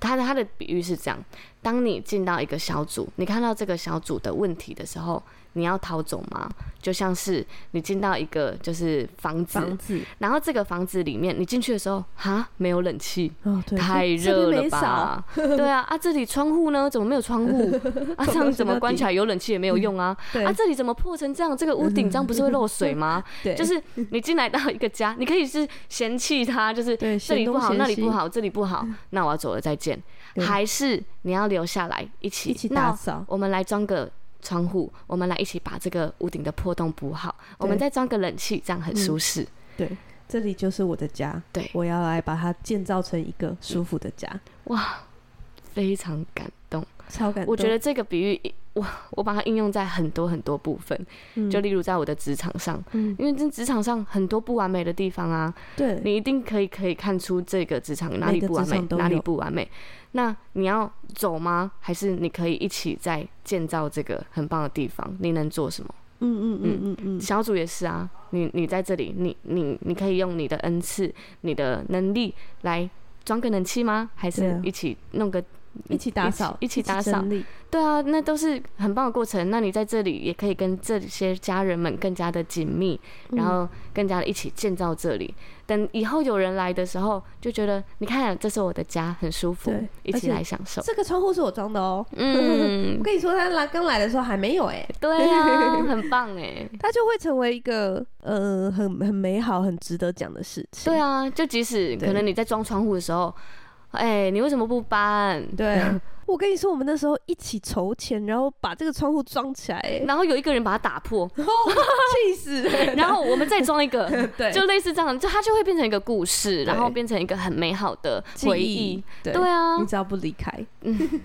他的他的比喻是这样：当你进到一个小组，你看到这个小组的问题的时候，你要逃走吗？就像是你进到一个就是房子，房子然后这个房子里面你进去的时候，哈，没有冷气。哦，对，太这边热了没扫？吧？对啊，啊，这里窗户呢？怎么没有 窗户？啊，这样怎么关起来？有冷气也没有用啊！对、啊，这里怎么破成这样？这个屋顶这样不是会漏水吗？ 对，就是你进来到一个家，你可以是嫌弃它， 就是对这嫌里东不好，嫌那里西嗯不好，这里不好，那我要走了，再见。对还是你要留下来一起一起打那扫，我们来装个窗户，我们来一起把这个屋顶的破洞补好，我们对嗯再装个冷气，这样很舒适。对，这里就是我的家，对嗯我要来把它建造成一个舒服的家，哇，非常感动。超感动。我觉得这个比喻，我我把它应用在很多很多部分，嗯就例如在我的职场上，嗯，因为这职场上很多不完美的地方啊，对，你一定可以可以看出这个职场哪每里个不完职美场，都哪里有不完美。那你要走吗？还是你可以一起再建造这个很棒的地方？你能做什么？嗯嗯嗯嗯嗯，小组也是啊，你你在这里，你你你可以用你的恩赐、你的能力来装个冷气吗？还对是啊一起弄个？一起打扫，一起一起打扫整理对啊，那都是很棒的过程。那你在这里也可以跟这些家人们更加的紧密，嗯然后更加的一起建造这里。等以后有人来的时候，就觉得你看，这是我的家，很舒服对，一而起且来 享受。这个窗户是我装的哦。我嗯，跟你说，他来刚来的时候还没有哎、对啊，很 棒哎。他就会成为一个呃很很美好、很值得讲的事情。对啊，就即使对可能你在装窗户的时候，哎、你为什么不搬？ 对我跟你说，我们那时候一起筹钱，然后把这个窗户装起来、欸，然后有一个人把它打 破，气死人。然后我们再装一个， 对，就类似这样，就它就会变成一个故事，然后对变成一个很美好的记回忆。，对对啊你，只要不离开，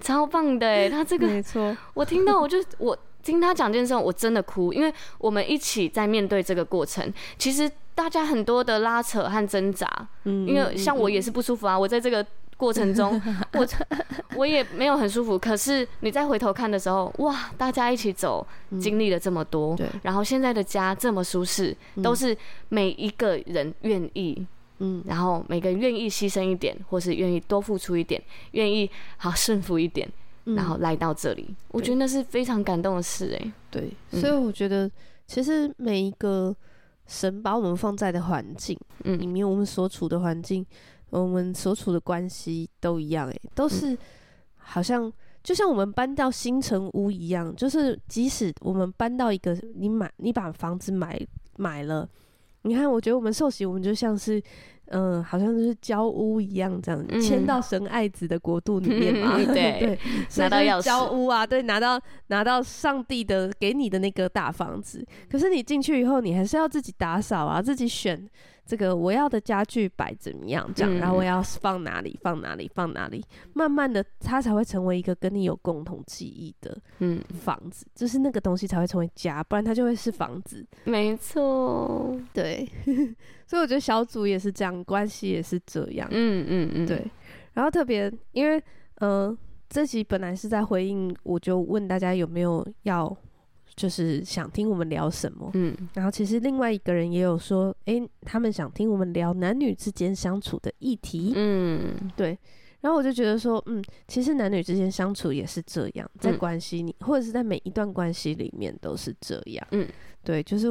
超棒的 哎！他这个没错，我听到，我就我听他讲这件事，我真的哭，因为我们一起在面对这个过程，其实大家很多的拉扯和挣扎，嗯因为像我也是，是不舒服啊，我在这个。过 程中，我我也没有很舒服。可是你再回头看的时候，哇，大家一起走，经历了这么嗯多，对然后现在的家这么舒适，都是每一个人愿意嗯，然后每个人愿意牺牲一点，或是愿意多付出一点，愿意好顺服一点，嗯然后来到这里，我对觉得那是非常感动的事哎、对，嗯所以我觉得其实每一个神把我们放在的环境里嗯面，我们所处的环境，我们所处的关系都一样、欸，都嗯是好像就像我们搬到新城屋一样，就是即使我们搬到一个你买你把房子买买了，你看，我觉得我们受洗，我们就像是。嗯，好像就是交屋一样，这样嗯迁到神爱子的国度里面嘛。嗯 对 对，所以拿到就是钥匙交屋啊，对，拿到拿到上帝的给你的那个大房子。可是你进去以后，你还是要自己打扫啊，自己选这个我要的家具摆怎么样，这样，嗯然后我要放哪里，放哪里，放哪里。慢慢的，它才会成为一个跟你有共同记忆的嗯，房子，就是那个东西才会成为家，不然它就会是房子。没错，对， 所以我觉得小组也是这样，关系也是这样。嗯嗯嗯，对，然后特别因为嗯、呃，这集本来是在回应，我就问大家有没有要，就是想听我们聊什么。嗯然后其实另外一个人也有说，诶，他们想听我们聊男女之间相处的议题。嗯然后我就觉得说，嗯，其实男女之间相处也是这样，在嗯关系里、或者是在每一段关系里面都是这样。嗯，对，就是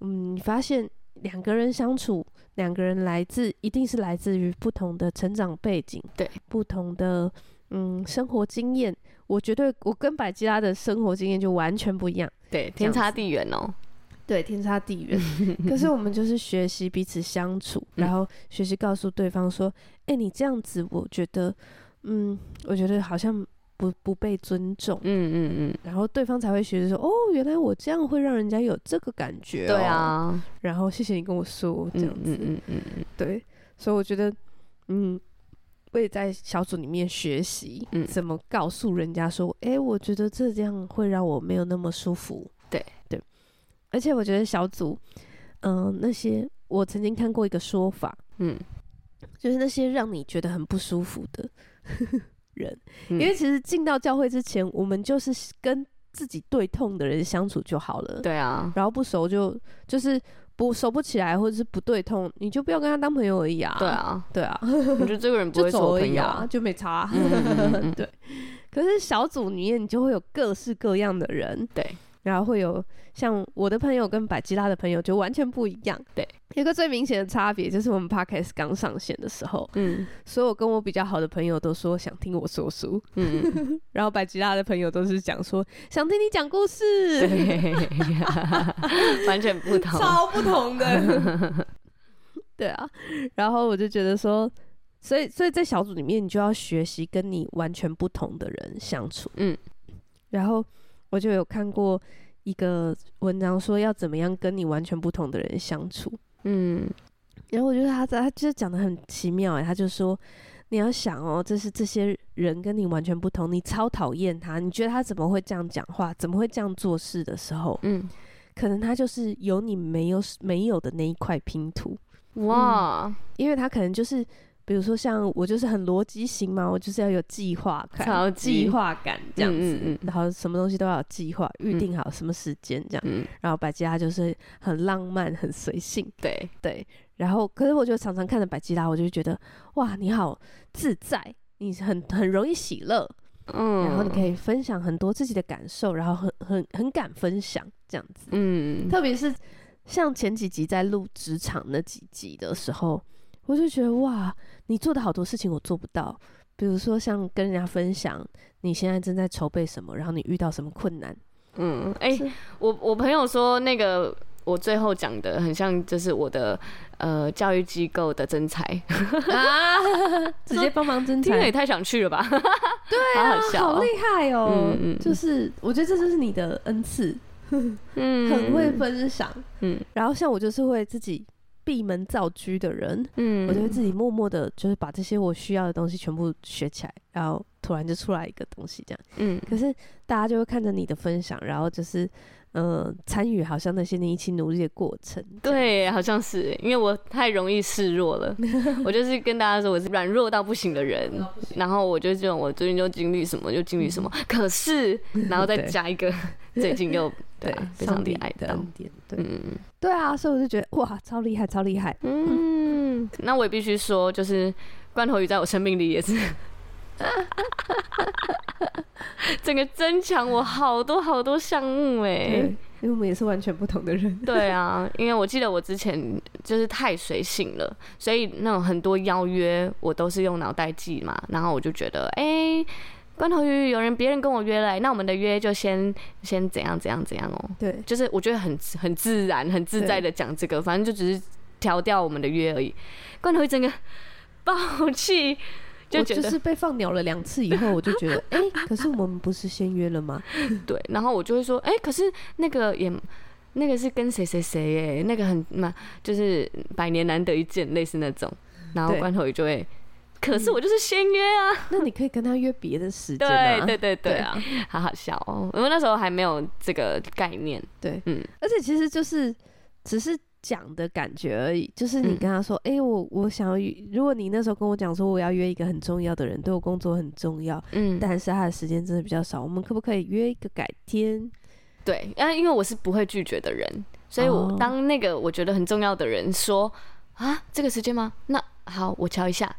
嗯，你发现两个人相处，两个人来自一定是来自于不同的成长背景，对，不同的嗯生活经验。我绝对，我跟百吉拉的生活经验就完全不一样，对，天差地远哦，对，天差地 远。可是我们就是学习彼此相处，嗯然后学习告诉对方说：“哎、你这样子，我觉得，嗯，我觉得好像不不被尊重。嗯嗯”然后对方才会学着说：“哦，原来我这样会让人家有这个感觉、哦嗯，对。啊，”然后谢谢你跟我说这嗯样子，嗯嗯嗯嗯对。所以我觉得，嗯，我也在小组里面学习，嗯怎么告诉人家说：“哎、我觉得这样会让我没有那么舒服。”对对，而且我觉得小组，嗯、那些我曾经看过一个说法，嗯就是那些让你觉得很不舒服的人，嗯因为其实进到教会之前，我们就是跟自己对痛的人相处就好了。，对 啊，然后不熟就就是不熟不起来，或者是不对痛，你就不要跟他当朋友而已啊。对，啊，对啊，我觉得这个人不就会走做而朋已友啊，，就没差啊、嗯嗯嗯嗯 嗯对，可是小组里面你就会有各式各样的人，对，然后会有像我的朋友跟百吉拉的朋友就完全不一样。对，有一个最明显的差别就是我们 podcast 刚上线的时候，嗯所以我跟我比较好的朋友都说想听我说书，嗯，嗯然后百吉拉的朋友都是讲说想听你讲故事，对，完全不同，超不同的。 对啊，然后我就觉得说，所以所以在小组里面，你就要学习跟你完全不同的人相处。嗯，然后我就有看过一个文章说要怎么样跟你完全不同的人相处，嗯然后我觉得他他就是讲的很奇妙哎，他就说你要想哦，这是这些人跟你完全不同，你超讨厌他，你觉得他怎么会这样讲话，怎么会这样做事的时候，嗯，可能他就是有你没有没有的那一块拼图，哇，因为他可能就是。比如说像我就是很逻辑型嘛，我就是要有计划感，超级计划感这样子，嗯嗯嗯然后什么东西都要有计划，预定好什么时间这样。嗯，然后百吉拉就是很浪漫、很随性，对，对，然后可是我就常常看着百吉拉，我就会觉得哇，你好自在，你很很容易喜乐，嗯，然后你可以分享很多自己的感受，然后很很很敢分享这样子。嗯，特别是像前几集在录职场那几集的时候，我就觉得哇，你做的好多事情我做不到。比如说，像跟人家分享你现在正在筹备什么，然后你遇到什么困难，嗯，哎、是我我朋友说那个我最后讲的很像就是我的呃教育机构的真才，啊， 直接帮忙增听了财也，太想去 了吧？对 好好笑哦、啊好厉害哦！嗯嗯就是我觉得这就是你的恩赐，嗯很会分享。嗯然后像我就是会自己闭门造车的人，嗯我就会自己默默的，就是把这些我需要的东西全部学起来，然后突然就出来一个东西这样。嗯可是大家就会看着你的分享，然后就是嗯参与，好像那些你一起努力的过程。对，好像是因为我太容易示弱 了，我就是跟大家说我是软弱到不行的人，然后我就这种我最近就经历什么就经历什么，可是然后再嗯 对加一个最近又对啊，非上常帝厉害的到恩典，对嗯对啊，所以我就觉得哇，超厉害，超厉害。嗯，那我也必须说，就是罐头鱼在我生命里也是。整个增强我好多好多项目哎、对因为我们也是完全不同的人。 对啊，因为我记得我之前就是太随性了，所以那种很多邀约我都是用脑袋记嘛，然后我就觉得，哎、关头鱼有人别人跟我约了、那我们的约就先先怎样怎样怎样哦、对，就是我觉得很自很自然、很自在的讲这个，反正就只是调掉我们的约而已。罐头一整个爆气，就我觉就得、是被放鸟了两次以后，我就觉 得，哎、可是我们不是先约了吗？对，然后我就会说，哎、可是那个也那个是跟谁谁谁哎，那个很嘛，就是百年难得一见，类似那种。然后对罐头鱼就会，可是我就是先约啊，那你可以跟他约别的时间啊。对对对对啊，好好笑哦、因为那时候还没有这个概念，对，嗯而且其实就是只是讲的感觉而已，就是你嗯跟他说，哎、我我想要约，如果你那时候跟我讲说我要约一个很重要的人，对我工作很重要，嗯，但是他的时间真的比较少，我们可不可以约一个改天？对，啊，因为我是不会拒绝的人，所以我哦当那个我觉得很重要的人说啊，这个时间吗？那好，我瞧一下，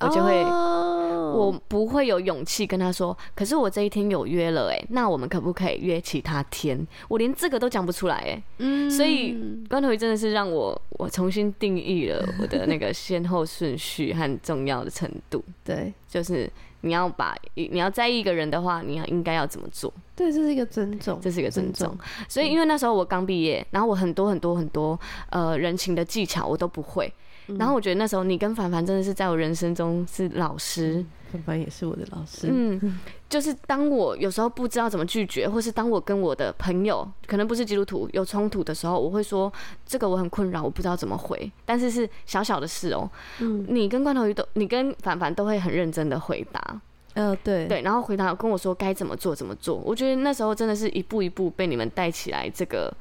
我就会。我我不会有勇气跟他说，可是我这一天有约了、欸，那我们可不可以约其他天？我连这个都讲不出来、欸，嗯所以关头鱼真的是让我我重新定义了我的那 个先后顺序和重要的程度，对就是你要把你要在意一个人的话，你要应该要怎么做，对，这是一个尊重，这是一个尊重尊。所以因为那时候我刚毕业，然后我很多很多很多呃人情的技巧我都不会，然后我觉得那时候你跟凡凡真的是在我人生中是老师。凡凡也是我的老师，嗯，就是当我有时候不知道怎么拒绝，或是当我跟我的朋友，可能不是基督徒有冲突的时候，我会说这个我很困扰，我不知道怎么回。但是是小小的事哦、嗯你跟罐头鱼都，你跟凡凡都会很认真的回答，呃，对对，然后回答跟我说该怎么做怎么做。我觉得那时候真的是一步一步被你们带起来，这个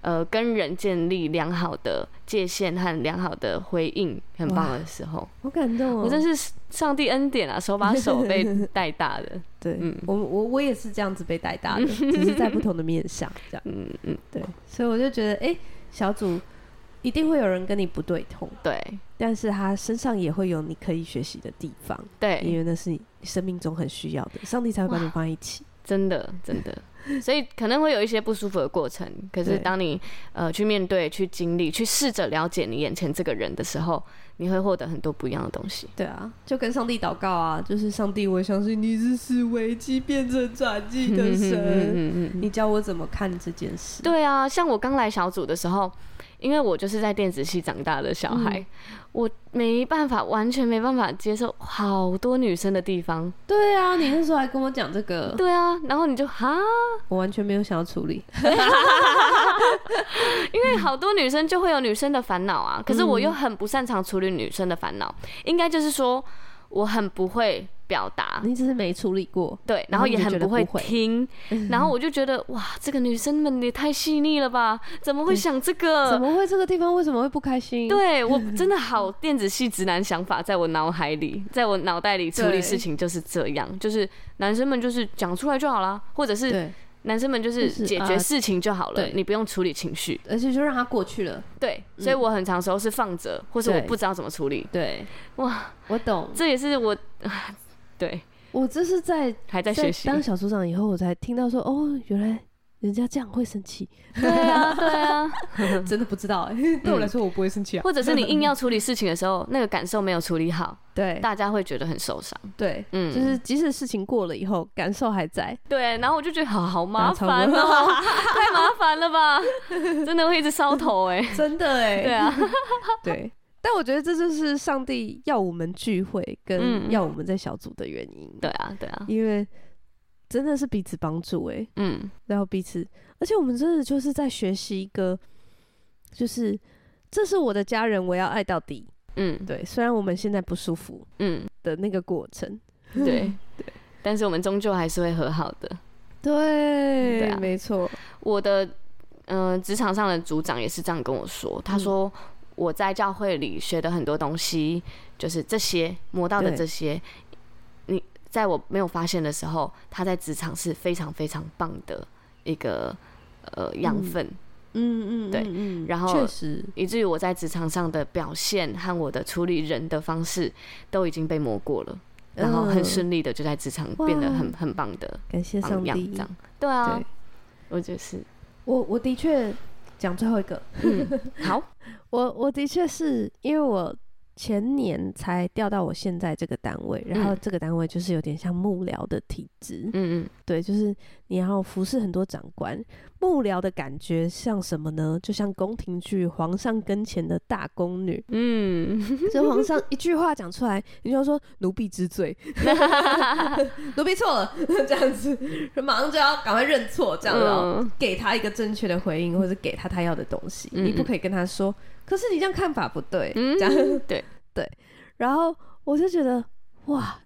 呃跟人建立良好的界限和良好的回应，很棒的时候，好感动哦，我真是上帝恩典啊，手把手被带大的。 对，嗯我我我也是这样子被带大 的，只是在不同的面向这样。嗯嗯，对，所以我就觉得，哎、小组一定会有人跟你不对头，对。但是他身上也会有你可以学习的地方，因对，为那是你生命中很需要的，上帝才会把你哇放在一起。真的真的，所以可能会有一些不舒服的过程。可是对当你呃去面对、去经历、去试着了解你眼前这个人的时候，你会获得很多不一样的东西。对啊，就跟上帝祷告啊，就是上帝，我相信你是使危机变成转机的神，嗯嗯，你教我怎么看这件事。对啊，像我刚来小组的时候，因为我就是在电子系长大的小孩，嗯我没办法，完全没办法接受好多女生的地方。对啊，你那时候还跟我讲这个，对啊，然后你就哈，我完全没有想要处理。因为好多女生就会有女生的烦恼嗯啊，可是我又很不擅长处理女生的烦恼，应该就是说我很不会表达，你只是没处理过，对，然然后后你也就很觉得会不会嗯听，然后我就觉得哇，这个女生们也太细腻了吧，怎么会想这怎个？么会这个地方为什么会不开心？对我真的好电子系直男想法，在我脑海里，在我脑袋里处理对事情就是这样，就是男生们就是讲出来就好啦，或者是对，男生们就是就是解决啊事情就好了，对你不用处理情绪。而且就让它过去了。对，所以我很长时候是放着，或是我对不知道怎么处理。对，哇，我懂。这也是我， 对，我这是在还在学习。当小组长以后，我才听到说，哦，原来人家这样会生气，对啊，对啊。 真的不知道哎、 对我来说，我不会生气啊。或者是你硬要处理事情的时候，那个感受没有处理好，对大家会觉得很受伤。对，嗯就是即使事情过了以后，感受还在。对，然后我就觉得好好麻打草烦哦、太麻烦了吧， 真的会一直烧头哎、 真的哎、对啊， 对。但我觉得这就是上帝要我们聚会，嗯跟要我们在小组的原因，对啊，对啊，因为真的是彼此帮助哎、嗯，然后彼此，而且我们真的就是在学习一个，就是这是我的家人，我要爱到底。嗯，对，虽然我们现在不舒服嗯，的那个过程， 对，但是我们终究还是会和好的。对对啊没错，我的嗯职、场上的组长也是这样跟我说，他说我在教会里学的很多东西，就是这些磨到的对这些，你在我没有发现的时候，他在职场是非常非常棒的一个呃养分。嗯嗯，对嗯，嗯然后确实，以至于我在职场上的表现和我的处理人的方式都已经被磨过了，然后很嗯顺利的就在职场变得哇很很棒的感谢榜上样，帝这，样对啊对， 我就是嗯我我的确讲最后一个，好，我我的确是因为我前年才调到我现在这个单位，然后嗯这个单位就是有点像幕僚的体制，嗯嗯，对，就是你要服侍很多长官，幕僚的感觉像什么呢？就像宫廷剧皇上跟前的大宫女，嗯， 这皇上一句话讲出来，你就要说奴婢知罪， 奴婢错了， 这样子，马上就要赶快认错，这样然后嗯给他一个正确的回应，或者给他他要的东西，嗯你不可以跟他说，可是你这样看法不对，嗯这样 对对。然后我就觉得哇，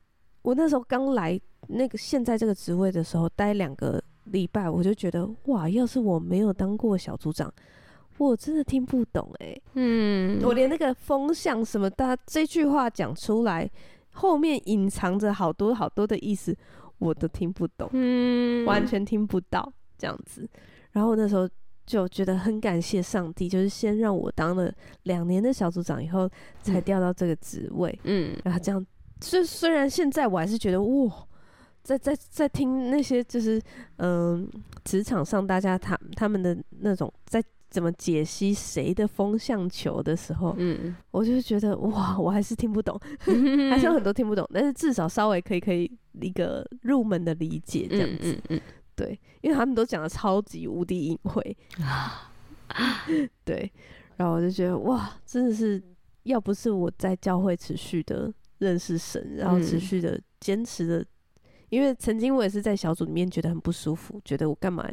我那时候刚来那个现在这个职位的时候，待两个礼拜，我就觉得哇，要是我没有当过小组长，我真的听不懂哎、嗯，我连那个风向什么大，这句话讲出来，后面隐藏着好多好多的意思，我都听不懂，嗯，完全听不到这样子。然后那时候就觉得很感谢上帝，就是先让我当了两年的小组长以后，才调到这个职位。嗯，然后这样，虽虽然现在我还是觉得哇，在在在听那些就是嗯职、场上大家他他们的那种在怎么解析谁的风向球的时候，嗯我就觉得哇，我还是听不懂，嗯，还是有很多听不懂，但是至少稍微可以可以一个入门的理解这样 嗯子，嗯嗯对，因为他们都讲的超级无敌隐晦，啊对，然后我就觉得哇，真的是要不是我在教会持续的认识神，然后持嗯续的坚持的，因为曾经我也是在小组里面觉得很不舒服，觉得我干嘛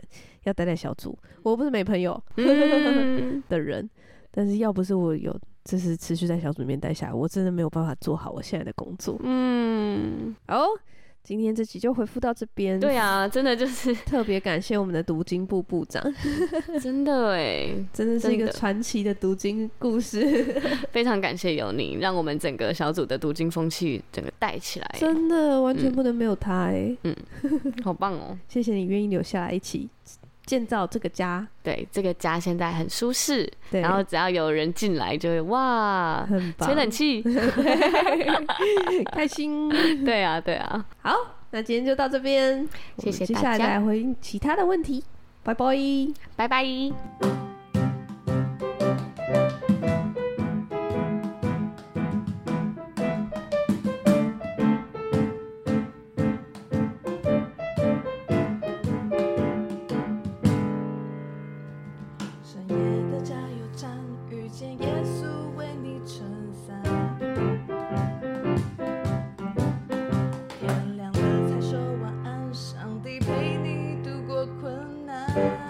要待在小组，我又不是没朋友嗯的人，但是要不是我有。就是持续在小组里面待下来，我真的没有办法做好我现在的工作。嗯，哦，今天这集就回复到这边。对，啊，真 的就是特别感谢我们的读经部部长， 真的哎，真的是一真个的哎传奇的读经故事，非常感谢有你，让我们整个小组的读经风气整个带起来，真的完嗯全不能没有他哎、好棒哦！谢谢你愿意留下来一起建造这个家，对，这个家现在很舒适，对，然后只要有人进来就会哇，很棒吹，冷气，开 心。对啊，对啊，好，那今天就到这边，谢谢我们接大下来家再回应其他的问题，拜拜。拜拜。深夜的加油站，遇见耶稣为你撑伞。天亮了才说晚安，上帝陪你度过困难。